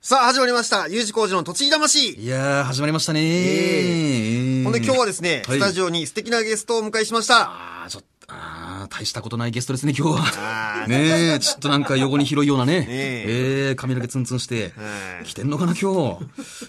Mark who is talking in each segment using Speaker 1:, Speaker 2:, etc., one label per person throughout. Speaker 1: さあ、始まりました。U 字工事の栃木魂。
Speaker 2: いやー、始まりましたねー。えー
Speaker 1: ほんで今日はですね、
Speaker 2: はい
Speaker 1: スタジオに素敵なゲストをお迎えしました。
Speaker 2: あー、ちょっと、あー、大したことないゲストですね、今日
Speaker 1: あ
Speaker 2: は。
Speaker 1: ー
Speaker 2: ねえ、ちょっとなんか横に広いようなね。
Speaker 1: え
Speaker 2: えー、髪の毛ツンツンして
Speaker 1: は。い
Speaker 2: 来てんのかな、今 日。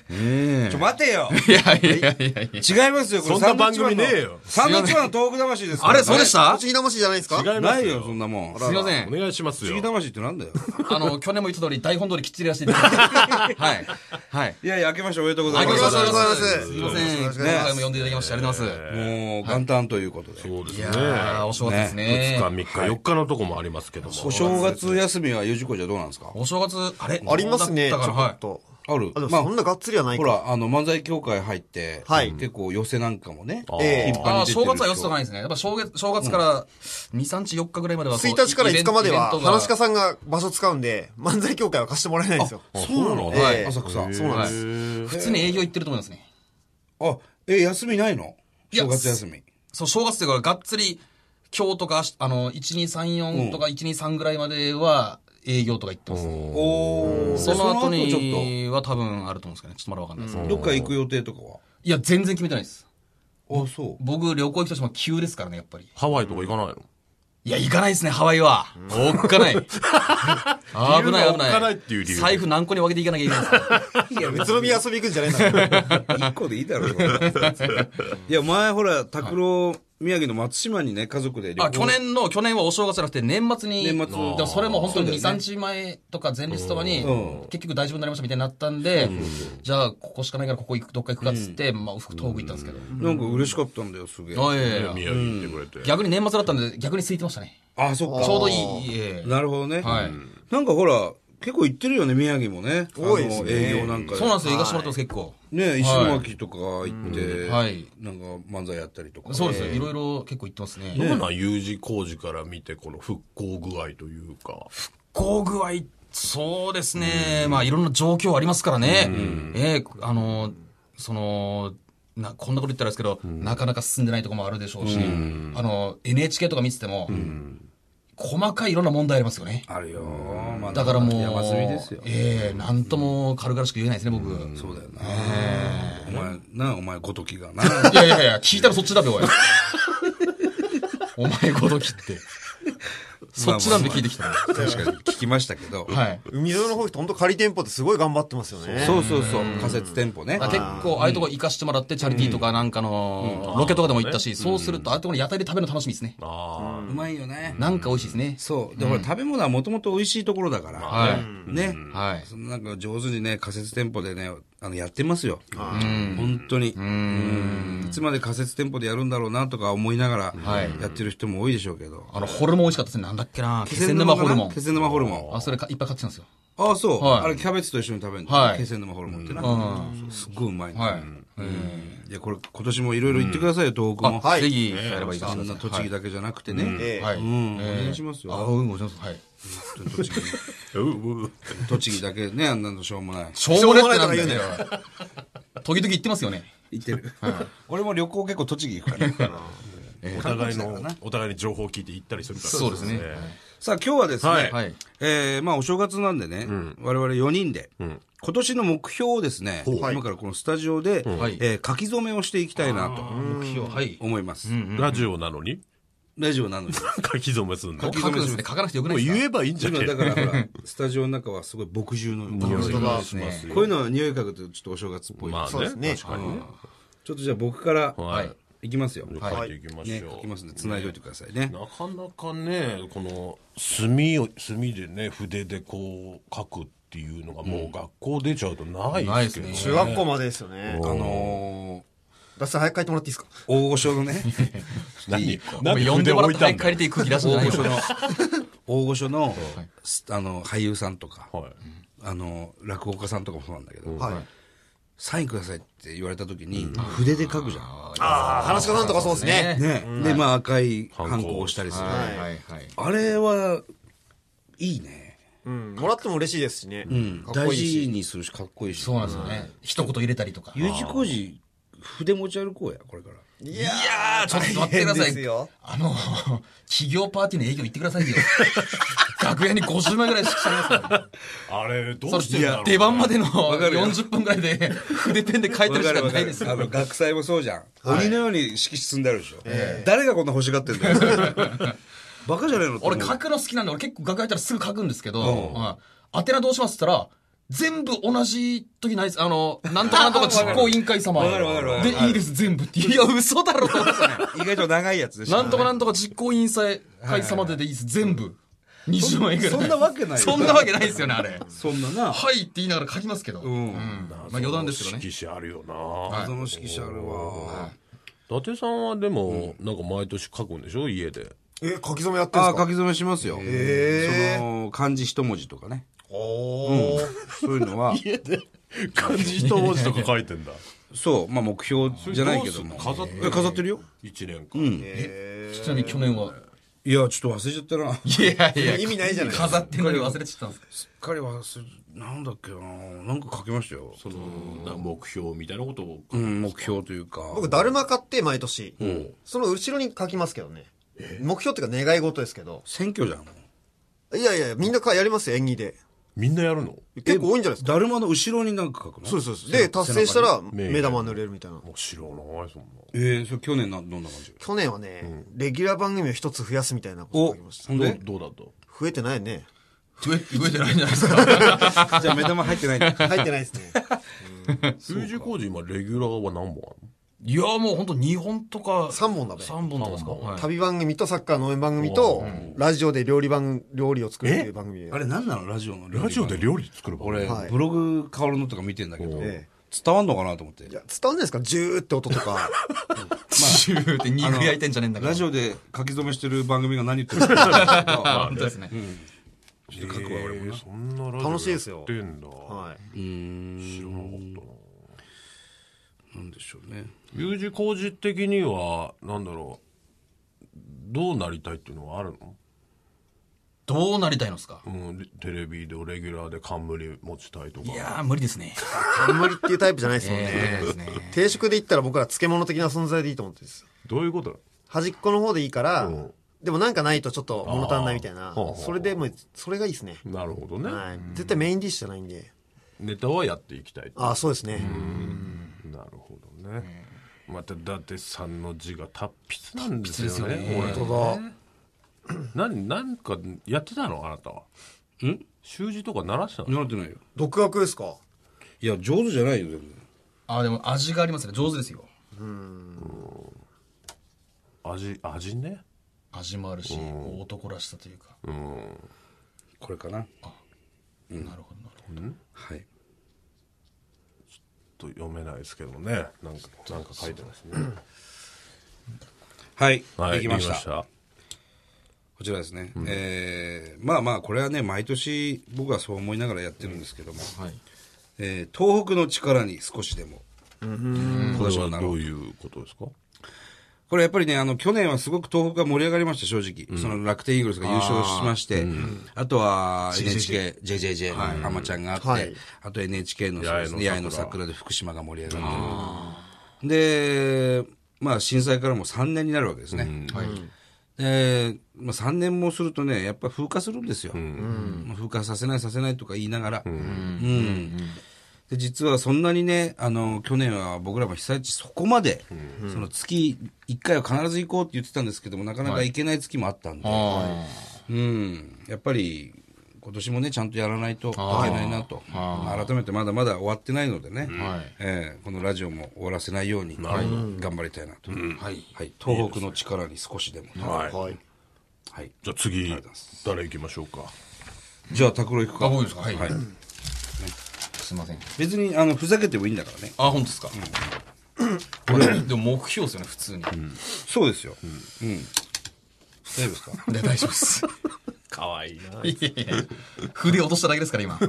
Speaker 2: ええ
Speaker 3: ちょ、待てよ。
Speaker 2: いやいやいやいやいや。
Speaker 3: 違いますよ、これ。
Speaker 4: そんな番組ねえよ
Speaker 3: サンドウィッチマンのトーク魂ですから
Speaker 2: あれ、そうでした
Speaker 1: 栃木魂じゃないですか
Speaker 4: 違いま
Speaker 3: な
Speaker 4: す
Speaker 3: い
Speaker 4: よ。
Speaker 3: よ、そんなもん。
Speaker 2: すいませ
Speaker 4: お
Speaker 2: ん。
Speaker 4: 願いしま
Speaker 3: 不
Speaker 4: す
Speaker 3: 思
Speaker 4: よ
Speaker 3: 議。魂ってなんだよ。
Speaker 2: あの、去年も言った通り、台本通りきっちりやらせていただきます。 はい。はい。
Speaker 3: いやいや、明けましておめでとうござい
Speaker 1: あ
Speaker 3: ま
Speaker 1: り
Speaker 3: す。
Speaker 1: がとうございますす。
Speaker 2: いません。
Speaker 1: よろ
Speaker 2: 今
Speaker 1: しくお願いしま
Speaker 2: 回
Speaker 1: す
Speaker 2: も呼んでいただきまして、ありがとうございます。
Speaker 3: もう、元旦ということで。
Speaker 4: そうです
Speaker 2: い
Speaker 4: ね。
Speaker 2: やー、お正月です
Speaker 4: 2
Speaker 2: ね
Speaker 4: 日、。3日、4日のとこもありますけども。
Speaker 3: お正月休みは、ゆじこじゃどうなんですか
Speaker 2: お正月、あれ
Speaker 1: ありますね、ち
Speaker 2: だったか
Speaker 1: ょ
Speaker 2: ら
Speaker 1: こ
Speaker 2: は
Speaker 1: っと。
Speaker 3: ある
Speaker 1: あ、でも
Speaker 3: まあ
Speaker 1: そんながっつりはないか
Speaker 3: ほ。ら、あの、漫才協会入って、
Speaker 1: はい
Speaker 3: 結構寄せなんかもね、
Speaker 4: ー
Speaker 1: ええ
Speaker 3: 頻繁
Speaker 2: あ
Speaker 3: に
Speaker 2: あ、
Speaker 3: 出てる
Speaker 2: 正月はよしとかないですね。やっぱ正月正月から2、3日、4日ぐらいまではそう。
Speaker 1: 1日から
Speaker 2: イベ
Speaker 1: 5
Speaker 2: ン
Speaker 1: 日までは、
Speaker 2: イベントが
Speaker 1: 話し家さんが場所使うんで、漫才協会は貸してもらえないんですよ。
Speaker 4: あそうなの
Speaker 1: え
Speaker 4: はい
Speaker 1: え
Speaker 3: 浅草。
Speaker 1: そうなんです。
Speaker 2: 普通に営業行ってると思いますね。
Speaker 3: あ、え、休みないの
Speaker 2: いや
Speaker 3: 正月休み。
Speaker 2: そう、正月っていうか、がっつり、今日とか、あの、1234とか123ぐらいまでは営業とか行ってますね。
Speaker 3: おー
Speaker 2: その後
Speaker 3: ちょ
Speaker 2: には多分あると思うんですけどね。ちょっとまだわかんないですけ
Speaker 3: っ
Speaker 2: ど。
Speaker 3: と、どっか行く予定とかはい
Speaker 2: や、全然決めてないです。
Speaker 3: あ、そう。
Speaker 2: 僕、旅行行くとしても急ですからね、やっぱり。
Speaker 4: ハワイとか行かないの
Speaker 2: いや、行かないですね、ハワイは。おっかない。危ない、危
Speaker 4: おっかないっていう
Speaker 2: な
Speaker 4: 理
Speaker 2: い。
Speaker 4: 由
Speaker 2: 財布何個に分けていかなきゃいけないんですか
Speaker 1: いや、宇都宮遊び行くんじゃないんだから。
Speaker 3: 一個でいいだ ろ、それいや、前ほら、拓郎、宮城の松島にね、家族で旅行
Speaker 2: あ去年の、去年はお正月じゃなくて、年末に、
Speaker 3: 年末
Speaker 2: でもそれも本当に2、3日前とか前日とかに
Speaker 3: う、
Speaker 2: 結局大丈夫になりましたみたいになったんで、じゃあ、ここしかないから、ここ行く、どっか行くかっつって、まあ、東北行ったんですけど。
Speaker 3: なんか嬉しかったんだよ、すげえ。
Speaker 2: あいやいやいや
Speaker 4: 宮城行ってくれて。
Speaker 2: 逆に年末だったんで、逆に空いてましたね。
Speaker 3: あ、そっか。
Speaker 2: ちょうどいい。ええ
Speaker 3: なるほどね。
Speaker 2: はい
Speaker 3: なんかほら、結構行ってるよね、宮城もね。
Speaker 1: 多いですね
Speaker 3: あの営業なんか
Speaker 2: そうなんですよ、行かしてもらってます、結構。
Speaker 3: ね、石巻とか行って、
Speaker 2: んはい
Speaker 3: なんか漫才やったりとか。
Speaker 2: そうですよ、いろいろ結構行ってますね。
Speaker 4: どうなん U 字工事から見て、この復興具合というか。
Speaker 2: 工具合、そうですね。まあ、いろんな状況ありますからね。ええあの、その、な、こんなこと言ったらですけど、なかなか進んでないところもあるでしょうし、あの、NHK とか見てても、細かいいろんな問題ありますよね。
Speaker 3: あるよ。まあ
Speaker 2: だからもう、
Speaker 3: 山積みですよ。
Speaker 2: ええなんとも軽々しく言えないですね、僕。
Speaker 3: そうだよな。お前、な、お前、ごときが な。
Speaker 2: いやいやいや、聞いたらそっちだべ、 おい。お前ごときって。そっちなんで聞いてきたの。
Speaker 3: 確かに聞きましたけど。
Speaker 2: はい。
Speaker 1: 海沿いの方、ほんと仮店舗ってすごい頑張ってますよね。
Speaker 3: そうそうそう。仮設店舗ね。
Speaker 2: あ結構、ああいうとこ行かしてもらって、チャリティーとかなんかの、ロケとかでも行ったし、そうすると、ああいうとこに屋台で食べるの楽しみですね。
Speaker 4: あ
Speaker 3: うまいよね。
Speaker 2: なんか美味しいですね。
Speaker 3: そう。で、ほら、食べ物はもともと美味しいところだから。
Speaker 2: はい
Speaker 3: ね。
Speaker 2: はい。
Speaker 3: そのなんか上手にね、仮設店舗でね、あの、やってますよ。本当に。うんいつまで仮設店舗でやるんだろうなとか思いながら、やってる人も多いでしょうけど。
Speaker 2: あの、ホルモン美味しかったですね。なんだっけな気
Speaker 3: 気
Speaker 2: 仙沼ホルモン
Speaker 3: 気。仙沼ホルモン。
Speaker 2: あ、それかいっぱい買ってたんですよ。
Speaker 3: ああ、そう。
Speaker 2: はい
Speaker 3: あれ、キャベツと一緒に食べるの。
Speaker 2: はい
Speaker 3: 気仙沼ホルモンってな。
Speaker 2: う
Speaker 3: すっごいうまいの。
Speaker 2: はい。
Speaker 3: いや、これ、今年もいろいろ言ってくださいよ、東北も。
Speaker 2: あ、
Speaker 1: い
Speaker 2: ぜひ、やればいいです
Speaker 3: そんな栃木だけじゃなくてね。
Speaker 1: ええ
Speaker 2: はい。
Speaker 3: う、
Speaker 2: うんん
Speaker 3: お願いします
Speaker 2: あ、
Speaker 3: よ。
Speaker 2: うん、ごめんなさい。はい。
Speaker 3: 栃木
Speaker 4: あ。うう
Speaker 3: 栃木だけね、あんなのしょうもない。
Speaker 2: しょうもないってなんだよ。時々言ってますよね。
Speaker 3: 行って る。俺も旅行結構栃木行くから。
Speaker 4: お互いの、お互いに情報を聞いて行ったりするから。
Speaker 2: そうですね
Speaker 3: さあ今日はですね、
Speaker 4: はい
Speaker 2: はい。
Speaker 3: えーまあお正月なんでね、我々4人で、
Speaker 4: ん
Speaker 3: 今年の目標をですね、
Speaker 1: はい
Speaker 3: 今からこのスタジオで、
Speaker 2: はい
Speaker 3: えー書き初めをしていきたいなと
Speaker 2: 目標、はい。
Speaker 3: 思います。
Speaker 4: ラジオなのに
Speaker 3: ラジオ なのに。
Speaker 4: 書き初めすん
Speaker 2: 書
Speaker 4: の
Speaker 2: くんですね。書かなくてよくな
Speaker 4: も
Speaker 2: いうですか
Speaker 4: 言えばいいんじゃ
Speaker 3: 今
Speaker 4: ね
Speaker 3: だからほら、スタジオの中はすごい墨汁の匂い
Speaker 4: え
Speaker 3: が。
Speaker 4: かします
Speaker 3: こうい
Speaker 4: よ。
Speaker 3: うのは匂い嗅ぐとちょっとお正月っぽい。
Speaker 4: ま
Speaker 1: そうで
Speaker 4: あ
Speaker 1: す
Speaker 4: ね、
Speaker 1: ね
Speaker 4: 確かにね。
Speaker 3: ちょっとじゃあ僕から、
Speaker 4: はい
Speaker 3: い、きますよ。ね、
Speaker 4: 書いていきましょう。
Speaker 3: 書きますんで、繋いでおいてくださいね。
Speaker 4: なかなかねこの墨を墨でね筆でこう書くっていうのがもう学校出ちゃうとない
Speaker 2: ないです
Speaker 4: で
Speaker 2: す
Speaker 4: けど、
Speaker 2: ね
Speaker 1: 中学校までですよね
Speaker 3: あ。の
Speaker 1: 出して早く帰ってもらっていいですか
Speaker 3: ー、大御所の ね、
Speaker 4: 何
Speaker 2: も
Speaker 4: な
Speaker 2: うん
Speaker 4: で
Speaker 2: 呼んで
Speaker 4: 筆
Speaker 2: もらっ
Speaker 4: 置い
Speaker 2: て
Speaker 4: た
Speaker 2: 早
Speaker 4: ん
Speaker 2: く帰
Speaker 4: だ
Speaker 2: り
Speaker 4: よ
Speaker 2: ていく気出すんじゃないよ。
Speaker 3: 大御所の、すあの、俳優さんとか、
Speaker 4: はい
Speaker 3: あの、落語家さんとかもそうなんだけど、
Speaker 1: はい。
Speaker 3: サインくださいって言われた時に、筆で書くじゃ
Speaker 1: ああ、話し家さんとかそうですね。
Speaker 3: ん。ね。で、まあ赤い
Speaker 4: ハンコ
Speaker 3: ハンコを押したりする。
Speaker 2: はいはいはい。
Speaker 3: あれは、いいね。
Speaker 1: うん。もらっても嬉しいですしね。
Speaker 3: うん
Speaker 1: かっ
Speaker 3: 大
Speaker 1: こいいし。
Speaker 3: 事にするし、かっこいいし。
Speaker 2: そうなんですよね。一言入れたりとか。
Speaker 3: U 字工事、筆持ち歩こうや、これから。
Speaker 1: いや
Speaker 2: ちょっと待ってくだ
Speaker 1: 大変
Speaker 2: さ
Speaker 1: です
Speaker 2: い
Speaker 1: よ。
Speaker 2: あの、企業パーティーの営業行ってくださいよ。楽屋に50枚ぐらいしかないですからね
Speaker 4: あれど
Speaker 2: そう
Speaker 4: してんだろ
Speaker 2: し
Speaker 4: う
Speaker 2: て
Speaker 4: ね
Speaker 2: 出番までの
Speaker 3: かるよ
Speaker 2: 40分ぐらいで 筆ペンで書いてるしかないですよ
Speaker 3: あの学祭もそうじゃん、鬼のように色紙積んであるでしょ、誰がこんな欲しがって んだよバカじゃねえのって思う
Speaker 2: 俺書くの好きなんで俺結構楽屋行ったらすぐ書くんですけど、うん宛名どうしますって言ったら全部同じ時ないですあのなんとかなんとか実行委員会様
Speaker 3: わかるわかるわかる
Speaker 2: でいいです全部っていや嘘だろと思ってたね
Speaker 3: 意外と長いやつでし ょ
Speaker 2: なんとかなんとか実行委員会様ででいいです全部20枚ぐらい
Speaker 3: そんなわけない よ
Speaker 2: そんなわけないですよねあれ
Speaker 3: そんなな
Speaker 2: はいって言いながら書きますけど、
Speaker 3: う
Speaker 2: ま
Speaker 3: ん、
Speaker 2: あ余談ですけどね
Speaker 4: 色紙あるよな、
Speaker 3: 謎の指揮者あるわ
Speaker 4: 伊達さんはでも、なんか毎年書くんでしょ家で
Speaker 1: え、書き初めやってん
Speaker 3: あ
Speaker 1: す
Speaker 3: あ
Speaker 1: か
Speaker 3: 書き初めしますよ
Speaker 1: へー
Speaker 3: その漢字一文字とかね
Speaker 1: おー
Speaker 3: そう いうのは
Speaker 4: 家で漢字一文字とか書いてん だ
Speaker 3: そうまあ目標じゃないけども
Speaker 4: 飾って
Speaker 3: え飾ってるよ
Speaker 4: 1年間、
Speaker 2: ちなみに去年はい
Speaker 3: やちょっと忘れちゃったな す
Speaker 2: いやいや
Speaker 1: 意味ないじゃないですか
Speaker 2: 飾ってんのに忘れちゃったんです
Speaker 3: っかり忘れなんだっけななんか書きましたよ
Speaker 4: そのな目標みたいなことを、
Speaker 3: うん目標というか
Speaker 1: 僕、だるま買って、毎年。その後ろに書きますけどね。目標っていうか願い事ですけど。
Speaker 3: 選挙じゃん
Speaker 1: いやいや、みんなかやりますよ、演技で。
Speaker 4: みんなやるの
Speaker 1: 結構多いんじゃないですか
Speaker 3: だるまの後ろになんか書くの
Speaker 1: そうですそうです。で、達成したら、
Speaker 4: に
Speaker 1: 目玉塗れるみたいな。
Speaker 4: もう知らないそんな
Speaker 3: ええそれ去年などんな感じ
Speaker 1: 去年はね、レギュラー番組を一つ増やすみたいなこと
Speaker 3: お
Speaker 1: 書きました。
Speaker 3: ほんで
Speaker 4: どうだと
Speaker 1: 増えてない ね。
Speaker 2: 増え増えてないんじゃないですか
Speaker 3: じゃあ目玉入ってないんだ
Speaker 1: 入ってないですね。
Speaker 4: 数字工事今レギュラーは何本あるの
Speaker 2: いやもう本当2本とか
Speaker 1: 3本だべ。
Speaker 2: 三本とかですか、はい
Speaker 1: 旅番組とサッカーの応援番組と、ラジオで料理番、料理を作るっていう番組で。
Speaker 3: あれ何なのラジオの
Speaker 4: ラジオで料理作る番
Speaker 3: 俺、
Speaker 4: 組
Speaker 1: はい
Speaker 3: ブログ変わるのとか見てんだけど、
Speaker 1: ええ
Speaker 3: 伝わんのかなと思って
Speaker 1: いや、伝わんないですかジューって音とか。
Speaker 2: シューって肉焼いてんじゃねえんだから
Speaker 3: ラジオで書き初めしてる番組が何言ってるか分かんないけど
Speaker 2: あ本当ですね、
Speaker 3: ちょっと書くわ俺も
Speaker 4: え
Speaker 3: な
Speaker 4: ーそんなラジオ
Speaker 1: 楽しいですよ
Speaker 4: やってん だ
Speaker 1: はい。
Speaker 4: 知らなかったな
Speaker 3: なんでしょうね
Speaker 4: U 字工事的にはなんだろうどうなりたいっていうのはあるの
Speaker 2: どうなりたいのですか
Speaker 4: うん、テレビでレギュラーで冠持ちたいとか
Speaker 2: いやー無理ですね
Speaker 1: 冠っていうタイプじゃないですもんね。
Speaker 2: ええですね
Speaker 1: 定食で言ったら僕ら漬物的な存在でいいと思ってるんですよ
Speaker 4: どういうことだ
Speaker 1: 端っこの方でいいから、
Speaker 4: うん
Speaker 1: でもなんかないとちょっと物足んないみたいな
Speaker 4: あーほうほうほう
Speaker 1: それでもうそれがいいですね、
Speaker 4: なるほどね、
Speaker 1: はい、絶対メインディッシュじゃないんで
Speaker 4: ネタはやっていきたい
Speaker 1: ああそうですね
Speaker 4: なるほどね、また伊達さんの字が達筆なんですよ
Speaker 2: 達筆です
Speaker 4: ね
Speaker 2: よね
Speaker 4: 俺
Speaker 1: 本
Speaker 4: 何なんかやってたのあなたは
Speaker 3: ん
Speaker 4: 習字とか鳴らしたの
Speaker 3: 習ってないよ
Speaker 1: 独学ですか
Speaker 3: いや上手じゃないよ全然
Speaker 2: あーでも味がありますね上手ですよ
Speaker 4: 味味ね
Speaker 2: 味もあるし、こう男らしさというか、
Speaker 3: これかな
Speaker 2: なるほどなるほ
Speaker 3: はい
Speaker 4: と読めないですけどねなんかなんか書いてますね、
Speaker 3: はい、
Speaker 4: はい、
Speaker 3: できました
Speaker 4: できま
Speaker 3: こちらですね、えーまあまあこれはね毎年僕はそう思いながらやってるんですけども、
Speaker 2: どはい
Speaker 3: えー東北の力に少しでも今年
Speaker 4: した
Speaker 3: も
Speaker 4: これ
Speaker 3: な
Speaker 4: は
Speaker 3: ろう
Speaker 4: どういうことですか
Speaker 3: これやっぱりね、あの、去年はすごく東北が盛り上がりました、正直。その楽天イーグルスが優勝しまして、あ,、とは NHK、JJJ、アマちゃんがあって、
Speaker 1: はい
Speaker 3: あと NHK のそうですね
Speaker 4: 八
Speaker 3: 八重
Speaker 4: 重の
Speaker 3: の
Speaker 4: 桜
Speaker 3: 桜で福島が盛り上がってる。で、まあ震災からもう3年になるわけですね。
Speaker 2: はい、
Speaker 3: で、まあ、3年もするとね、やっぱ風化するんですよ。まあ風化させないさせないとか言いながら。うんで実はそんなにね、あの、去年は僕らも被災地そこまで、その月1回は必ず行こうって言ってたんですけども、なかなか行けない月もあったんで、
Speaker 2: あ
Speaker 3: うん、やっぱり今年もね、ちゃんとやらないといけないなと。まあ改めてまだまだ終わってないのでね、
Speaker 2: はい
Speaker 3: えーこのラジオも終わらせないように頑張りたいなと。
Speaker 2: ーはい
Speaker 3: はい、東北の力に少しでもと。
Speaker 4: はい、
Speaker 1: はい
Speaker 3: はい
Speaker 4: じゃあ次誰行きましょうか
Speaker 3: じゃあ、拓郎行くか。
Speaker 2: あ僕ですかはい
Speaker 3: はい
Speaker 2: すいません
Speaker 3: 別に、あの、ふざけてもいいんだからね。
Speaker 2: あ本当ですか、これでも目標ですよね普通に、
Speaker 3: そうですよ。うん。大丈夫です か
Speaker 2: で大丈夫です
Speaker 4: かわいいない
Speaker 2: やいやいや筆落としただけですから 今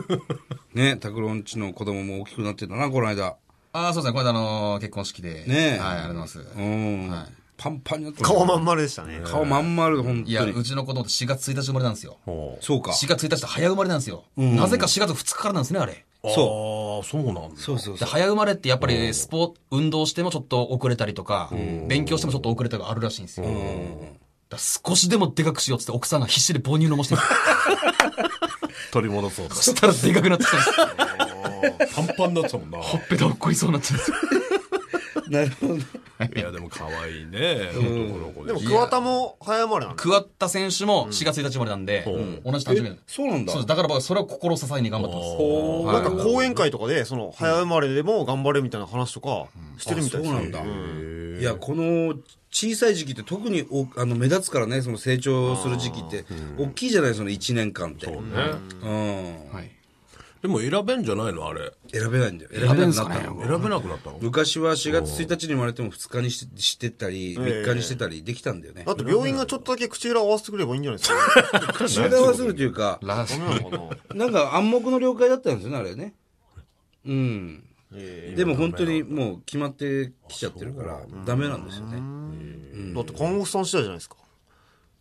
Speaker 3: ね、拓郎んちの子供も大きくなってたな、この間。
Speaker 2: ああ、そうですね。これであのー結婚式で。
Speaker 3: ねえ
Speaker 2: はい、ありがとうございます
Speaker 3: う。ん。
Speaker 2: はい
Speaker 3: パンパンになって
Speaker 1: 顔まん丸でしたね
Speaker 3: 顔まん丸、本
Speaker 2: いや、
Speaker 3: 当に。
Speaker 2: うちの子供って4月1日生まれなんですよ。
Speaker 3: そうか。
Speaker 2: 4月1日って早生まれなんですよ。なぜか4月2日からなんですね、あれ。
Speaker 4: そうああそうなんだ
Speaker 3: そうそう
Speaker 2: で
Speaker 3: そう。
Speaker 2: 早生まれってやっぱりスポ運動してもちょっと遅れたりとか、勉強してもちょっと遅れたりとかあるらしいんですよ。だ少しでもでかくしようっつって奥さんが必死で母乳飲ましてた
Speaker 4: 取り戻そうと
Speaker 2: そしたらでかくなってきたん です
Speaker 4: パンパンになってたもんな
Speaker 2: ほっぺた落っこりそうになっちゃうんですよ
Speaker 3: なるほどね。
Speaker 4: いやでも可愛いね男の子
Speaker 1: で
Speaker 4: で
Speaker 1: も、桑田も早生まれなんだ。
Speaker 2: 桑田選手も4月1日生まれなんで、同じ誕生日なんです
Speaker 3: そうなんだ。
Speaker 2: そうですだから僕はそれを心支えに頑張ってます
Speaker 1: なんか講演会とかで、その、早生まれでも頑張れみたいな話とかしてるみたいです
Speaker 3: あそう
Speaker 1: ね。
Speaker 3: なんだ。いや、この小さい時期って特におあの目立つからね、その成長する時期って、大きいじゃない、その1年間って。う
Speaker 4: ね
Speaker 3: ん。
Speaker 2: はい
Speaker 4: でも選べんじゃないのあれ
Speaker 3: 選べないんだよ。選
Speaker 2: 選
Speaker 3: べ
Speaker 2: べ
Speaker 3: なんく
Speaker 2: す
Speaker 3: なっ
Speaker 2: かね
Speaker 3: たの。
Speaker 4: 選べなくなったの
Speaker 3: 昔は4月1日に生まれても2日にししてたり、3日にしてたりできたんだよね
Speaker 1: だ。って病院がちょっとだけ口裏合わせてくればいいんじゃないです か。
Speaker 3: 口裏合わせるというか、
Speaker 2: ラ
Speaker 1: ダ
Speaker 2: ス
Speaker 1: メなのかな
Speaker 3: なんか暗黙の了解だったんですよね、あれね。うん。
Speaker 1: え
Speaker 3: でも本当にもう決まってきちゃってるから、ダメなんですよね。
Speaker 1: えだって看護婦さん次第じゃないですか。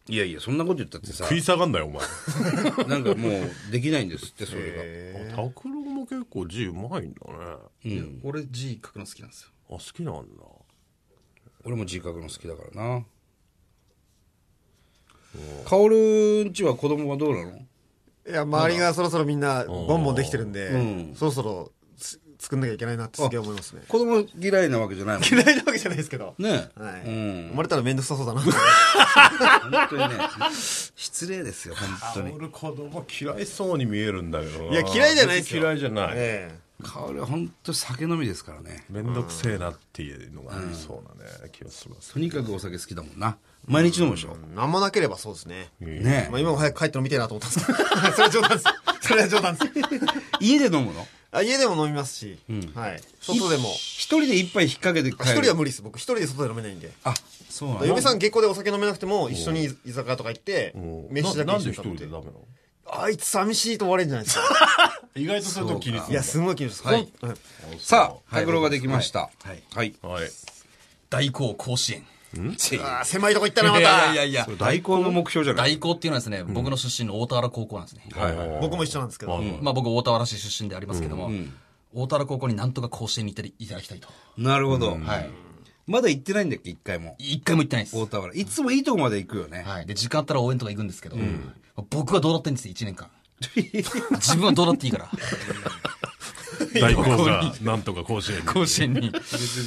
Speaker 3: いやいや、そんなこと言ったってさ
Speaker 4: 食、い下がんなよお前
Speaker 3: なんかもうできないんですって、そ れ
Speaker 4: 拓郎も結構字うまいんだね
Speaker 3: が。うん。
Speaker 2: 俺字書くの好きなんですよ
Speaker 4: あ好きなんだ
Speaker 3: 俺も字書くの好きだからな。カオルんちは子供はどうなの
Speaker 1: いや、周りがそろそろみんな、ボンボンできてるんで、そろそろつ作んなきゃいけないなってすげえ思いますね。
Speaker 3: 子供嫌いなわけじゃないもんね。
Speaker 1: 嫌いなわけじゃないですけど。
Speaker 3: ね
Speaker 1: は
Speaker 3: う
Speaker 1: い。
Speaker 3: ん
Speaker 1: 生。まれたらめんどくさそうだな。
Speaker 3: 本当に ね、失礼ですよ、本当に。
Speaker 4: 俺子供嫌いそうに見えるんだけどない
Speaker 1: や嫌いじゃないですよ
Speaker 4: 嫌いじゃない
Speaker 1: ええ
Speaker 3: カオルは本当酒飲みですからね。
Speaker 4: 面倒くせえなっていうのがありそうなね気がします
Speaker 3: とにかくお酒好きだもんな。毎日飲むでしょ。
Speaker 1: なんもなければそうですね。
Speaker 3: ね
Speaker 1: まあ今も早く帰って飲みてえなと思ったんですけど。 それは冗談です。それは冗談です。
Speaker 3: 家で飲むの
Speaker 1: あ家でも飲みますし、はい。外でも。
Speaker 3: 一人で一杯引っ掛けて帰
Speaker 1: 一
Speaker 3: る。
Speaker 1: 人は無理です。僕一人で外で飲めないんで。
Speaker 3: あ、そうなんだ。
Speaker 1: 嫁さん結構でお酒飲めなくても、一緒に居酒屋とか行って、飯だけ
Speaker 4: ななん
Speaker 1: 一緒に
Speaker 4: で一
Speaker 1: 食
Speaker 4: 人
Speaker 1: べて
Speaker 4: でダ。メなの
Speaker 1: あいつ寂しいと思われるんじゃないですか。
Speaker 4: 意外とそういうとこ気にす
Speaker 1: い
Speaker 4: る
Speaker 1: や、すごい気持ちです。
Speaker 3: はい
Speaker 1: ほんはい
Speaker 3: さあ、拓郎ができまし
Speaker 2: は
Speaker 3: た。
Speaker 2: い
Speaker 3: はい。
Speaker 4: はい
Speaker 2: 大行甲子 園
Speaker 1: あー狭いとこ行ったな、ま
Speaker 2: いやいや
Speaker 1: た。
Speaker 2: いや
Speaker 3: それ大根の目標じゃない
Speaker 2: 大行っていうのはですね、僕の出身の大田原高校なんですね、
Speaker 4: はいはいはい
Speaker 1: 僕も一緒なんですけど。
Speaker 2: まあ僕大田原市出身でありますけども、大田原高校になんとか甲子園に行っていただきたいと
Speaker 3: なるほど。
Speaker 2: はい
Speaker 3: まだ行ってないんだっけ、一回も。
Speaker 2: 一回も行ってないです
Speaker 3: 大田原。いつもいいとこまで行くよね。
Speaker 2: はい、で時間あったら応援とか行くんですけど、僕はどうだってんですよ1年間 自分はどうだっていいから
Speaker 4: 大根がなんとか甲子園に
Speaker 2: 甲子園に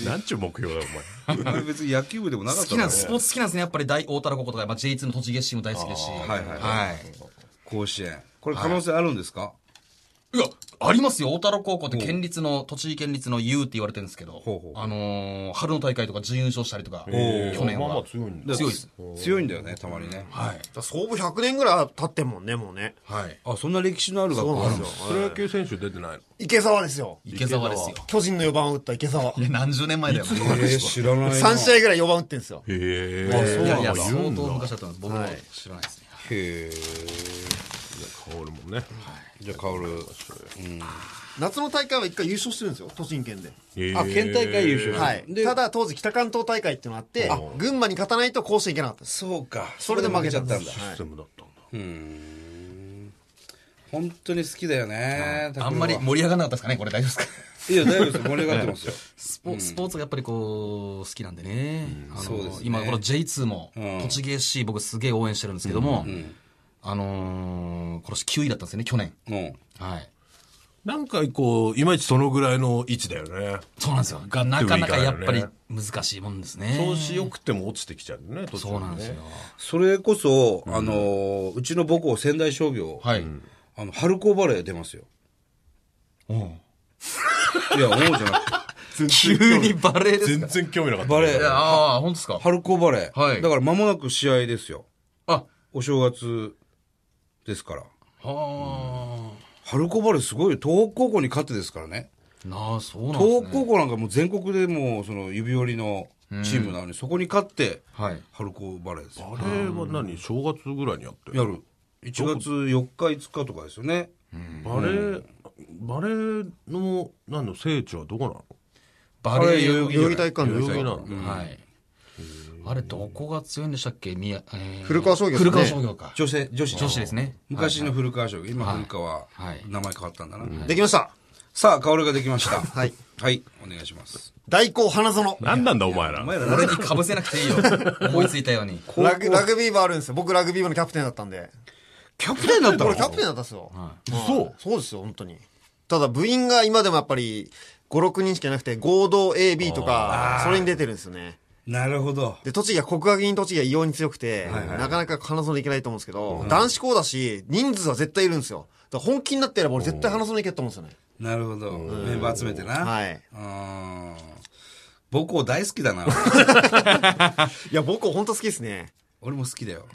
Speaker 4: なんちゅう目標だよお前
Speaker 3: あれ別に野球部でもなか
Speaker 2: 好
Speaker 3: った
Speaker 2: き
Speaker 3: か
Speaker 2: な
Speaker 3: ら
Speaker 2: んですスポーツ好きなんですねやっぱり大大田原高校とか、まあ、J2 の栃木 SC も大好きですし
Speaker 3: はいはい
Speaker 2: はい
Speaker 3: 甲子園。これ可能性あるんですか
Speaker 2: いや、ありますよ。大田原高校って県立の、栃木県立の U って言われてるんですけど、
Speaker 3: ほうほう
Speaker 2: あのー春の大会とか準優勝したりとか、去 年
Speaker 4: まあまあ
Speaker 2: は。
Speaker 4: 強いんだ
Speaker 3: だか
Speaker 2: 強
Speaker 3: ら
Speaker 2: いです
Speaker 3: 強いんだよね、たまにね。
Speaker 2: はい。
Speaker 1: 創部100年ぐらい経ってんもんね、もうね。
Speaker 2: はい。
Speaker 3: あ、そんな歴史のある学
Speaker 1: そう
Speaker 3: 校あ
Speaker 1: な
Speaker 3: る
Speaker 1: ん
Speaker 3: ん
Speaker 1: で
Speaker 3: です
Speaker 1: すよ。
Speaker 4: プロ野球選手出てないの
Speaker 1: 池沢ですよ。
Speaker 2: 池澤ですよ。
Speaker 1: 巨人の4番を打った池沢。
Speaker 2: いや、何十年前だよ。
Speaker 3: えー、知らないな。
Speaker 1: 3試合ぐらい4番打ってんですよ。
Speaker 4: へ
Speaker 2: い
Speaker 4: え
Speaker 2: やいや、相当昔だったんです。僕も知らないですね。
Speaker 3: へえ。
Speaker 4: 薫もね
Speaker 3: じゃあ、カオル。
Speaker 1: 夏の大会は一回優勝してるんですよ、栃木県で。
Speaker 4: へえ
Speaker 3: あ、県大会優勝。
Speaker 1: はい。
Speaker 3: で
Speaker 1: た、だ当時北関東大会っていうのがあって、群馬に勝たないと甲子園行けなかったんです。
Speaker 3: そうか。
Speaker 1: それで負けちゃったんだ。
Speaker 4: シ
Speaker 1: は
Speaker 4: ス
Speaker 1: い
Speaker 4: テムだったんだ
Speaker 3: 本当に好きだよね。
Speaker 2: あんまり盛り上がらなかったですかね、これ大丈夫ですか
Speaker 3: いや、大丈夫です。盛り上がってますよ。
Speaker 2: スポスポーツがやっぱりこう、好きなんでね。あの
Speaker 3: そうですね
Speaker 2: 今、この J2 も、栃木 SC 僕すげえ応援してるんですけども、あのー、今年9位だったんですよね、去年。
Speaker 3: うん。
Speaker 2: はい。
Speaker 4: なんかこういまいちそのぐらいの位置だよね
Speaker 2: そうなんですよ。がなかなかやっぱ
Speaker 4: い
Speaker 2: り
Speaker 4: か
Speaker 2: 難しいもんですね。
Speaker 4: 調子良くても落ちてきちゃうね途中
Speaker 2: そうなんですよ。
Speaker 3: それこそ、あのー、うちの母校仙台商業、
Speaker 2: はい。
Speaker 3: あの、春高バレー出ますよ。
Speaker 2: うん
Speaker 3: いや、思うじゃなくて。
Speaker 2: 急にバレーです
Speaker 4: 全
Speaker 2: か
Speaker 4: 然興味なかった
Speaker 3: バレ
Speaker 2: いや
Speaker 3: ー、
Speaker 2: ああ、本当ですか
Speaker 3: 春高バレー。
Speaker 2: はい
Speaker 3: だから間もなく試合ですよ。
Speaker 2: あ、は
Speaker 3: お正月ですから。
Speaker 2: あ。
Speaker 3: 春高バレーすごいよ。東北高校に勝ってですからね。
Speaker 2: なあ、そうなんです
Speaker 3: 東
Speaker 2: ね。
Speaker 3: 北高校なんかもう全国でもう、その指折りのチームなのに、そこに勝って、
Speaker 2: はい。
Speaker 3: 春高バレーですよ。
Speaker 4: あれは何正月ぐらいにやってる
Speaker 3: やる。1月4日5日とかですよね。
Speaker 4: バレー、バレーの何の聖地はどこなの
Speaker 2: バレー代
Speaker 3: あ
Speaker 2: 々
Speaker 3: れ
Speaker 2: 木
Speaker 1: 代々木体育館
Speaker 4: 代
Speaker 1: です
Speaker 4: 々木
Speaker 1: よ。
Speaker 4: なの、
Speaker 2: はい。あれ、どこが強いんでしたっけ宮、えー
Speaker 1: 古川商業ですね
Speaker 2: 古川商業か。
Speaker 3: 女性、女子。
Speaker 2: 女子ですね
Speaker 3: 昔の古川省、今古川、
Speaker 2: はい
Speaker 3: 名前変わったんだな。
Speaker 1: できました。
Speaker 3: さあ、薫ができました。
Speaker 1: はい。
Speaker 3: はい、お願いします。
Speaker 1: 大高花園。
Speaker 5: 何なんだお前ら
Speaker 3: お前ら
Speaker 2: 俺にかぶせなくていい よ。思いついたように。
Speaker 1: ラグラグビー部あるんですよ。僕ラグビー部のキャプテンだったんで。
Speaker 3: キャプテンだった
Speaker 1: 俺キャプテンだったんですよ。
Speaker 4: 嘘
Speaker 1: はいそうですよ、本当に。ただ部員が今でもやっぱり5、6人しかいなくて合同 AB とか、それに出てるんですよね。
Speaker 3: なるほど。
Speaker 1: で、栃木は国学院栃木が異様に強くて、なかなか花園いけないと思うんですけど、男子校だし、人数は絶対いるんですよ。だから本気になってやれば俺絶対花園いけると思うんですよね。
Speaker 3: なるほど。メンバー集めてな。
Speaker 1: はいう
Speaker 3: ーん。母校大好きだな。俺
Speaker 1: いや、僕本当好きですね。
Speaker 3: 俺も好きだよ。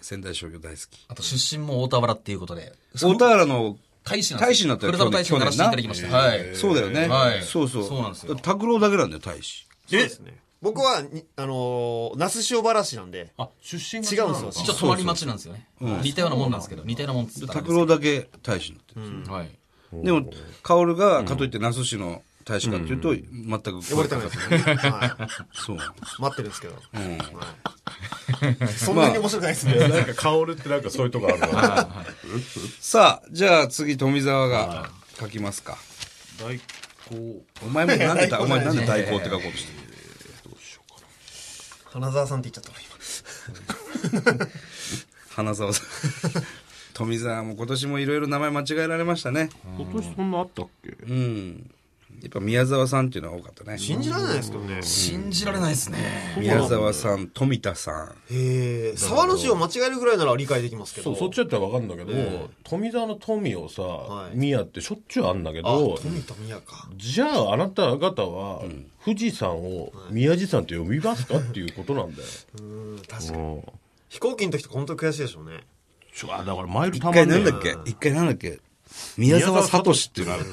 Speaker 3: 仙台商業大好き。
Speaker 2: あと出身も大田原っていうことで。
Speaker 3: 大田原の
Speaker 2: 大使なんです
Speaker 3: 大使になったよ
Speaker 2: 黒田の大使にならせていただきました。はい。
Speaker 3: そうだよね。
Speaker 2: はい
Speaker 3: そうそう。
Speaker 2: そうなんですよ
Speaker 3: 拓郎だけなんだよ、大使。
Speaker 1: そうですね。僕はに、あのー那須塩原市なんで、
Speaker 4: あ、出身
Speaker 1: 違うんですよ。
Speaker 2: 一応泊まり町なんですよね。似たようなもんなんですけど、似たようなもんっつったらあれで
Speaker 3: 拓郎だけ大使になってる。
Speaker 2: すけどはい。
Speaker 3: でも、薫が、かといって那須市の大使かっていうと、全く。
Speaker 1: 呼ばれてないですよね。 はい
Speaker 3: そう。
Speaker 1: 待ってるんですけど。はいそんなに面白くないですね。
Speaker 5: なんか薫ってなんかそういうとこあるな
Speaker 3: さあ、じゃあ次、富澤が書きますか。
Speaker 4: 大高。
Speaker 3: お前もなんでだ、お前なんで代行って書こうとしてる
Speaker 1: 花沢さんって言っちゃった今
Speaker 3: 花澤さん。富澤も今年もいろいろ名前間違えられましたね。
Speaker 4: 今年そんなあったっけ
Speaker 3: うん。やっぱ宮沢さんっていうのは多かったね。
Speaker 1: 信じられないですけどね。
Speaker 2: 信じられないですね。
Speaker 3: 宮沢さん、富田さん。
Speaker 1: へえ、沢の字を間違えるぐらいなら理解できますけ
Speaker 4: そ
Speaker 1: ど。
Speaker 4: うそっちだったらわかるんだけど、富澤の富をさ、
Speaker 1: い
Speaker 4: 宮ってしょっちゅうあんだけ
Speaker 1: あ、
Speaker 4: ど
Speaker 1: 富田宮か。
Speaker 4: じゃああなた方は富士山を宮地さんって呼びますかっていうことなんだよ、
Speaker 1: うん、確かに。
Speaker 4: うん、
Speaker 1: 飛行機の時とか本当に悔しいでしょうね。
Speaker 4: ちょあだからマイル
Speaker 3: 一
Speaker 4: たま
Speaker 3: 回
Speaker 4: んね
Speaker 3: な
Speaker 4: え
Speaker 3: んだっけ一回なんだっけ宮沢聡っていうのある。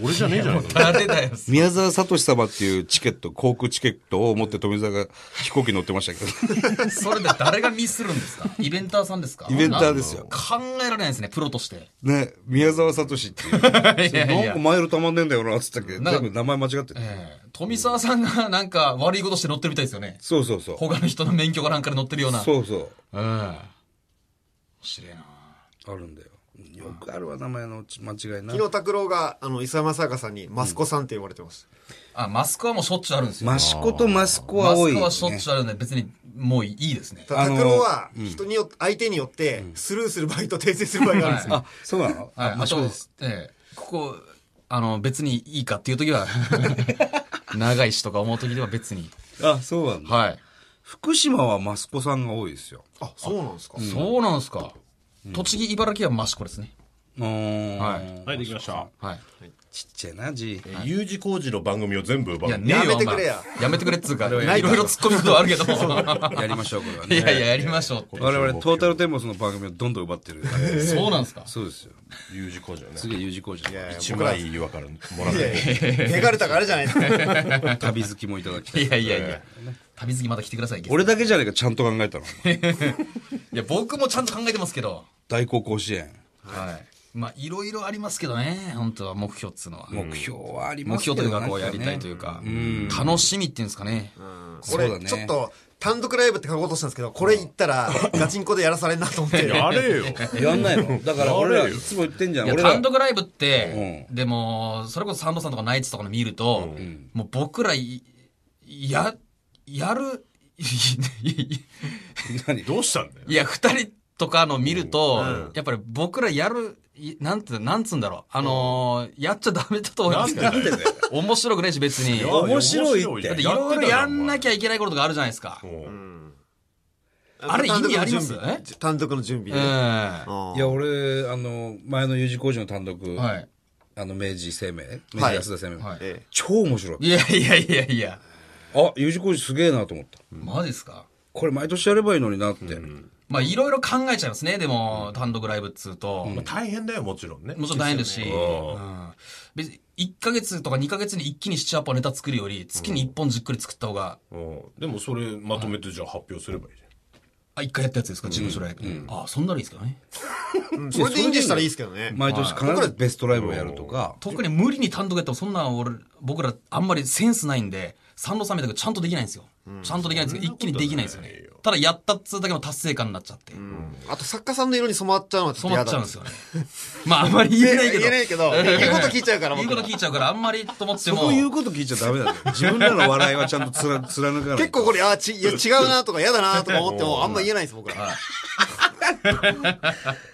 Speaker 4: 俺じゃねえじゃない か
Speaker 2: あれだよ。
Speaker 3: 宮沢聡様っていうチケット、航空チケットを持って富澤が飛行機に乗ってましたけど。
Speaker 2: それで誰がミスるんですか イベンターさんですか
Speaker 3: イベンターですよ
Speaker 2: なん考えられないですね、プロとして。
Speaker 3: ね、宮沢聡って いう。
Speaker 2: いやい
Speaker 3: なん
Speaker 2: や
Speaker 3: か。マイルたまんねえんだよな、っつったっけど、
Speaker 2: なんか
Speaker 3: 全部名前間違ってる。
Speaker 2: ええ富澤さんがなんか悪いことして乗ってるみたいですよね。
Speaker 3: そうそうそう。
Speaker 2: 他の人の免許かなんかで乗ってるような。う。
Speaker 3: そうそ
Speaker 2: ん。面白いな
Speaker 3: う。あるんだよ。よくあるわ、名前の間違いな。
Speaker 1: 昨日拓郎が、あの、磯山さやかさんに、マスコさんって呼ばれてます。
Speaker 2: あ、マスクはもうしょっちゅうあるんですよ。
Speaker 3: マシコとマスコ
Speaker 2: マ
Speaker 3: は
Speaker 2: ス
Speaker 3: 多い、
Speaker 2: ク
Speaker 3: ね。
Speaker 2: はしょっちゅうあるんで、別にもういいですね。
Speaker 1: た
Speaker 3: あ
Speaker 1: だ
Speaker 3: の
Speaker 1: 拓郎は、人によって、相手によって、スルーする場合と訂正する場合があるんですよ。
Speaker 3: あ、そうなの
Speaker 2: はい、あと、ええここ、あの、別にいいかっていう時は、長いしとか思う時では別に。
Speaker 3: あ、そうなんだ。
Speaker 2: はい。
Speaker 3: 福島はマスコさんが多いですよ。
Speaker 1: あ、そうなんですか。
Speaker 2: そうなんですか。栃木、茨城はマシコですね。
Speaker 3: うーん。
Speaker 2: はい
Speaker 5: はいできました
Speaker 2: はい。
Speaker 3: ちっちゃいな、じ。
Speaker 5: U 字工事の番組を全部奪う
Speaker 2: いや、ねえよ
Speaker 1: やめてくれや
Speaker 2: あんなやめてくれっつうか、いろ
Speaker 1: ない
Speaker 2: いろ突っ込みことはあるけども。
Speaker 3: やりましょう、これはいね。
Speaker 2: やいや、やりましょうって。
Speaker 3: 我々、トータルテンボスの番組をどんどん奪ってる。
Speaker 2: そうなんですか。
Speaker 3: そうですよ。
Speaker 5: U 字工事をね
Speaker 3: 次は U 字工事。
Speaker 1: いやいや
Speaker 5: 一
Speaker 1: 僕ら、
Speaker 5: 枚
Speaker 1: い
Speaker 5: 岩からもらっ
Speaker 1: やい
Speaker 5: て
Speaker 1: や汚れたからあれじゃないですか。
Speaker 3: 旅好きもいただきた
Speaker 2: い
Speaker 3: い。
Speaker 2: やいやいや。旅好きまた来てください。ゲスト
Speaker 3: 俺だけじゃねえか、ちゃんと考えたの。
Speaker 2: いや、僕もちゃんと考えてますけど。
Speaker 3: 大高甲子園。
Speaker 2: はい。まあ、いろいろありますけどね、本当は目標っつうのは。
Speaker 3: 目標はありま
Speaker 2: 目
Speaker 3: すけ
Speaker 2: 標
Speaker 3: ど
Speaker 2: というか、
Speaker 3: なん
Speaker 2: こうやりたいというか、楽しみっていうんですかね。
Speaker 3: そうだ
Speaker 1: 俺、
Speaker 3: ね
Speaker 1: ちょっと、単独ライブって書こうとしたんですけど、これ言ったら、ガチンコでやらされんなと思って。
Speaker 5: やれよ
Speaker 3: やんないのだから俺らいつも言ってんじゃ
Speaker 2: い
Speaker 3: ん。
Speaker 2: や
Speaker 3: 俺ら
Speaker 2: 単独ライブって、でも、それこそサンドさんとかナイツとかの見ると、もう僕らい、や、やる、 いい
Speaker 3: 何
Speaker 5: どうしたんだよ
Speaker 2: いや、二人とかの見ると、やっぱり僕らやる、いなんて、なんつうんだろう。あのー、やっちゃダメだと思いますけど
Speaker 3: なんでだよ。
Speaker 2: 面白くないし、別に。だ
Speaker 3: 面白いって
Speaker 2: っていろいろやんなきゃいけないことがあるじゃないですか。あれ意味ありますえ
Speaker 1: 単独の準備で。
Speaker 2: ええ
Speaker 1: うん
Speaker 3: いや、俺、あの、前の U 字工事の単独、
Speaker 2: はい。
Speaker 3: あの、明治生命、明
Speaker 1: は
Speaker 3: 治
Speaker 1: い
Speaker 3: 安田生命、
Speaker 2: はい
Speaker 1: え
Speaker 3: 超面白い。
Speaker 2: いやいやいやいや。
Speaker 3: あ、U 字工事すげえなと思った。
Speaker 2: マジですか
Speaker 3: これ毎年やればいいのになって。
Speaker 2: まあ、いろいろ考えちゃいますね、でも、単独ライブっつうと。
Speaker 5: まあ大変だよもちろんね
Speaker 2: もちろん大変ですし、うん別に1ヶ月とか2ヶ月に一気に7、8本ネタ作るより、月に1本じっくり作った方が、
Speaker 5: うんでもそれまとめてじゃあ発表すればいいじゃん
Speaker 2: あ、1回やったやつですか、事務所ライブ。あ、そんならいいですけどね。
Speaker 1: えうんそれでいいんでしたらいいですけどね。
Speaker 3: 毎年必ずベストライブをやるとか、
Speaker 2: 特に無理に単独やってもそんな俺、僕らあんまりセンスないんで、三郎さんみたいにちゃんとできないんですよ。ちゃんとできないんですけど、一気にできないんですよね。ただやったっつうだけの達成感になっちゃって。
Speaker 1: あと作家さんの色に染まっちゃうのはちょっ
Speaker 2: 染
Speaker 1: と嫌
Speaker 2: まっちゃ
Speaker 1: だ
Speaker 2: うんです よね。まああんまり言えないけど。
Speaker 1: 言えないけど
Speaker 2: ええ
Speaker 1: 言うこと聞いちゃうから
Speaker 2: 言うこと聞いちゃうから、あんまりと思って
Speaker 3: そ
Speaker 2: も。
Speaker 3: こ言うこと聞いちゃダメ なんだよ。自分らの笑いはちゃんとつら貫かない。
Speaker 1: 結構これ、あ、ち、いや違うなとか嫌だなとか思っても、あんま言えないんです、僕ら。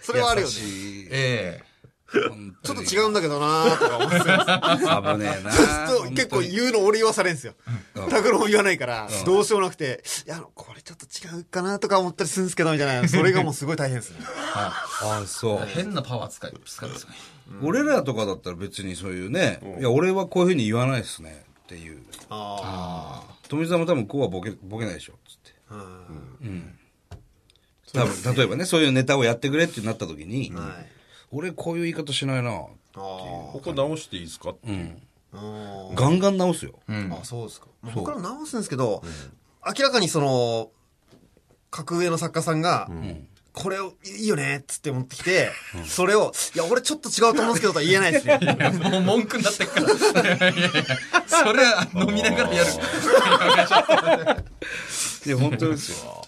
Speaker 1: それはあるよね。ち
Speaker 3: 優しい
Speaker 2: え
Speaker 1: ょっと違うんだけどなとか思ってたんですよ
Speaker 3: 危ねえな。
Speaker 1: そう結構
Speaker 3: う。
Speaker 1: 言うの俺言わされんすよ。拓郎も言わないから、どうしようもなくて、いや、あのこれちょっと違うかなとか思ったりするんですけど、みたいな。それがもうすごい大変ですね。
Speaker 3: あ、そう
Speaker 2: え。。変なパワー使い、使いですよね。
Speaker 3: 俺らとかだったら別にそういうね、いや、俺はこういうふうに言わないですね。っていう。
Speaker 1: あ
Speaker 3: 富澤も多分こうはボケ、ボケないでしょ。つって。
Speaker 1: あ。うん
Speaker 3: 多分、例えばね、そういうネタをやってくれってなった時に、
Speaker 1: はい
Speaker 3: 俺こういう言い方しないな。
Speaker 1: あ
Speaker 5: ここ直していいですかって
Speaker 1: あうん。
Speaker 3: ガンガン直すよ。
Speaker 1: あそうですか、まあ僕らも直すんですけど、明らかにその格上の作家さんが、これをいいよねっつって持ってきて、それを「いや俺ちょっと違うと思うんですけど」とは言えないですね
Speaker 2: もう文句になってっから。い やいやいやそれは飲みながらやる。
Speaker 3: いや、本当ですよ。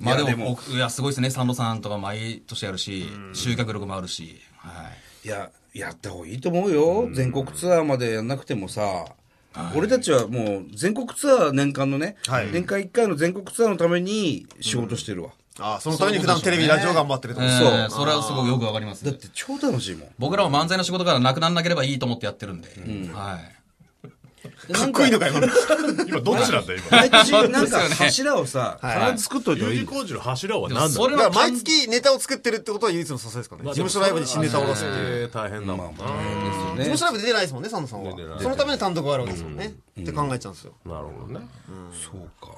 Speaker 2: まあで
Speaker 3: いやで
Speaker 2: も、
Speaker 3: も
Speaker 2: 僕いや、すごいですね。三郎さんとか毎年やるし、集客力もあるし。はい
Speaker 3: や、やった方がいいと思うよ。全国ツアーまでやんなくてもさ。俺たちはもう全国ツアー年間のね、
Speaker 1: はい
Speaker 3: 年間1回の全国ツアーのために仕事してるわ。
Speaker 1: ああそのために普段テレビ、ラジオ頑張ってると
Speaker 2: い。
Speaker 1: 思
Speaker 2: え
Speaker 1: う、
Speaker 2: ーそれはすごくよくわかります
Speaker 3: だっ。て超楽しいもん。
Speaker 2: 僕らは漫才の仕事からなくならなければいいと思ってやってるんで。はい。
Speaker 1: かっこいいのかよこれ
Speaker 5: 今どっちなんだよ今
Speaker 3: 毎年なんか柱をさ、
Speaker 1: はい
Speaker 3: 必ず作っといた方
Speaker 5: U
Speaker 3: がいい
Speaker 5: 字
Speaker 3: よ。
Speaker 5: 工事の柱は何なの
Speaker 2: それ
Speaker 1: だから
Speaker 2: は
Speaker 1: 毎月ネタを作ってるってことは唯一の支えですかね、事務所ライブに新ネタを出すっていう、
Speaker 5: えー大変だもんな、
Speaker 1: 事務所ライブ出てないですもんねサンドさんは、
Speaker 5: 出てない
Speaker 1: そのために単独があるわけですもんね、って考えちゃうんですよ
Speaker 5: なるほどね、
Speaker 3: そうか。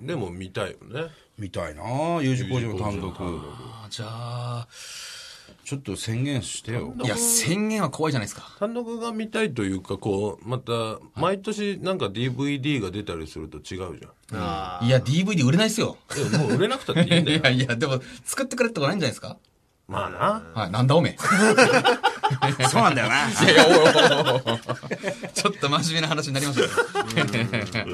Speaker 5: でも見たいよね
Speaker 3: みたいな U 字工事の単独。
Speaker 2: あじゃあ、
Speaker 3: ちょっと宣言してよ。
Speaker 2: いや、宣言は怖いじゃないですか。
Speaker 5: 単独が見たいというかこうまた毎年なんか DVD が出たりすると違うじゃ
Speaker 2: いや、DVD 売れないですよ。
Speaker 5: ん、でももう売れなくたっていいん
Speaker 2: い
Speaker 5: だよ
Speaker 2: やいや、でも、作ってくれってことないんじゃないですか
Speaker 5: まあな
Speaker 2: はい、なんだおめえ。
Speaker 3: そうなんだよな。
Speaker 2: いやいや、おいおいおいおいちょっと真面目な話になりましたね。
Speaker 3: 単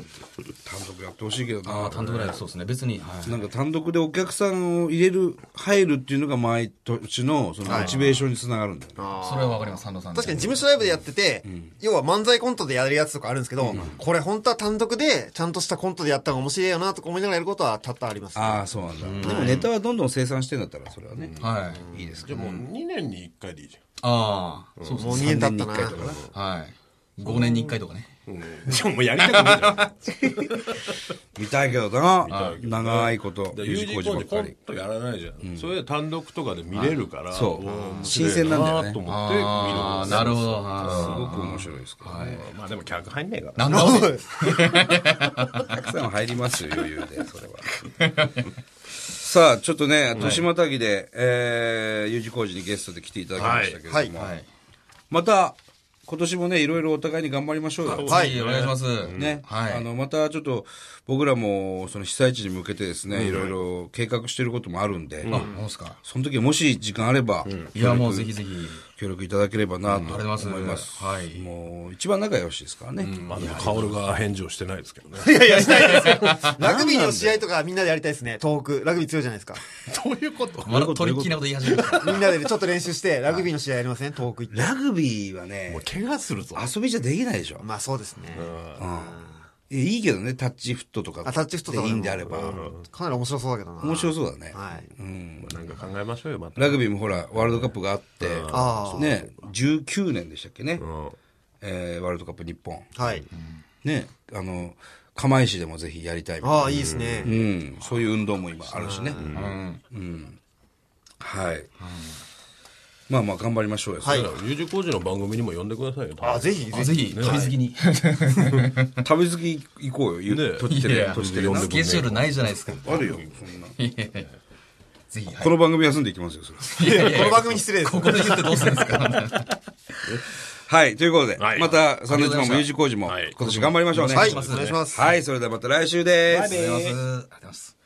Speaker 3: 独やってほしいけど
Speaker 2: ああ
Speaker 3: な
Speaker 2: ー、。単独ライブそうですね。別に。はい
Speaker 3: なんか単独でお客さんを入れる、入るっていうのが毎年のそのモチベーションにつながるんだよね。
Speaker 2: それはわかります、三郎さんの。
Speaker 1: 確かに事務所ライブでやってて、要は漫才コントでやるやつとかあるんですけど、これ本当は単独でちゃんとしたコントでやった方が面白いよなとか思いながらやることは多々あります、
Speaker 3: ああ、そうなんだ。でもネタはどんどん生産してんだったら、それはね。
Speaker 2: はい。
Speaker 3: いいです
Speaker 5: じ
Speaker 3: け
Speaker 5: ゃあ
Speaker 3: ど。
Speaker 5: もう2年に1回でいいじ
Speaker 2: ああ、そうそう。
Speaker 1: もう2年経ったな
Speaker 3: 3年に一回とかな
Speaker 2: はい。5年に1回とかね。
Speaker 5: ゃん、うん、 じゃあもうやりたくないじゃんだ か
Speaker 3: 見たいけどな。長いこと、
Speaker 5: ら
Speaker 3: U
Speaker 5: U
Speaker 3: 字
Speaker 5: 字工
Speaker 3: 工事ば
Speaker 5: 事
Speaker 3: っ
Speaker 5: コ
Speaker 3: か
Speaker 5: ン
Speaker 3: り。
Speaker 5: トやらないじゃん、それで単独とかで見れるから、
Speaker 3: そう
Speaker 5: おー
Speaker 3: 新鮮なんだよ
Speaker 5: 面白
Speaker 3: ね
Speaker 5: いと思って見る
Speaker 2: ああ、なるほど。
Speaker 3: す
Speaker 2: あ
Speaker 3: ごく面白いですけどね。
Speaker 5: まあでも客入んねえから
Speaker 2: ーなんだおめえ。
Speaker 3: お客さんは入りますよ、余裕で、それは。さあ、ちょっとね、豊島たぎで、えー、U 字工事にゲストで来ていただきましたけれども、
Speaker 1: はい
Speaker 2: はい。
Speaker 3: また、今年もね、いろいろお互いに頑張りましょうよ。
Speaker 1: は
Speaker 2: はい、お願いします。
Speaker 3: ね、
Speaker 2: はい。
Speaker 3: あのまたちょっと僕らもその被災地に向けてですね、いろいろ計画していることもあるんで、
Speaker 2: あ、そうですか。
Speaker 3: その時もし時間あれば、
Speaker 2: いや、もうぜひぜひ。
Speaker 3: 協力いただければなと
Speaker 2: あり
Speaker 3: 思い
Speaker 2: が
Speaker 3: ま
Speaker 2: と
Speaker 3: す
Speaker 2: うございます。はい。
Speaker 3: もう一番仲良しですからね、
Speaker 5: まあでも薫が返事をしてないですけどね
Speaker 1: ラグビーの試合とかみんなでやりたいですね、東北。ラグビー強いじゃないですか。
Speaker 5: どういうこと
Speaker 2: まだトリッキーなこと言い始めた。
Speaker 1: みんなでちょっと練習して、ラグビーの試合やりません東北行って。
Speaker 3: ラグビーはね
Speaker 5: 怪我するぞ
Speaker 3: 遊びじゃできないでしょ、
Speaker 1: まあそうですね。
Speaker 3: いやいいけどねタッチフットとか
Speaker 1: あタッチフットとかで
Speaker 3: でいい
Speaker 1: も
Speaker 3: んであれば、
Speaker 1: かなり面白そうだけどな。
Speaker 3: 面白そうだね、
Speaker 1: はい。
Speaker 5: なんか考えましょうよまた
Speaker 3: ラグビーもほらワールドカップがあって、
Speaker 1: ああ
Speaker 3: ね19年でしたっけね、
Speaker 5: うん
Speaker 3: えーワールドカップ日本
Speaker 1: はい。
Speaker 3: ねあの釜石でもぜひやりたいみたいな
Speaker 1: ああ、いいですね。
Speaker 3: うん、そういう運動も今あるしね。うん。はい。まあまあ頑張りましょうよ。
Speaker 1: はい。
Speaker 5: U 字工事の番組にも呼んでくださいよ。
Speaker 1: ああ、ぜひ
Speaker 2: あ
Speaker 1: ぜ
Speaker 2: ぜ
Speaker 1: ひ。
Speaker 2: ひ、旅好きに。
Speaker 3: 旅好き行こうよ。ゆ
Speaker 5: ね
Speaker 3: とって
Speaker 2: いやい
Speaker 3: る
Speaker 2: や、
Speaker 3: と
Speaker 5: し
Speaker 3: してて
Speaker 5: る
Speaker 3: る
Speaker 5: な
Speaker 2: スケジュールないじゃないですか。
Speaker 3: あるよ、そんな。
Speaker 2: ぜひ。はい
Speaker 3: この番組休んでいきますよ、それは。
Speaker 1: この番組に失礼です。
Speaker 2: ここで言ってどうするんですか
Speaker 3: はい、ということで、
Speaker 5: はい
Speaker 3: また3年間も U 字工事も
Speaker 5: はい
Speaker 3: 今年頑張りましょうね。
Speaker 1: はい、
Speaker 3: は
Speaker 1: お
Speaker 3: い
Speaker 1: 願いします。
Speaker 3: はい、それではまた来週です。
Speaker 2: ありがとうございます。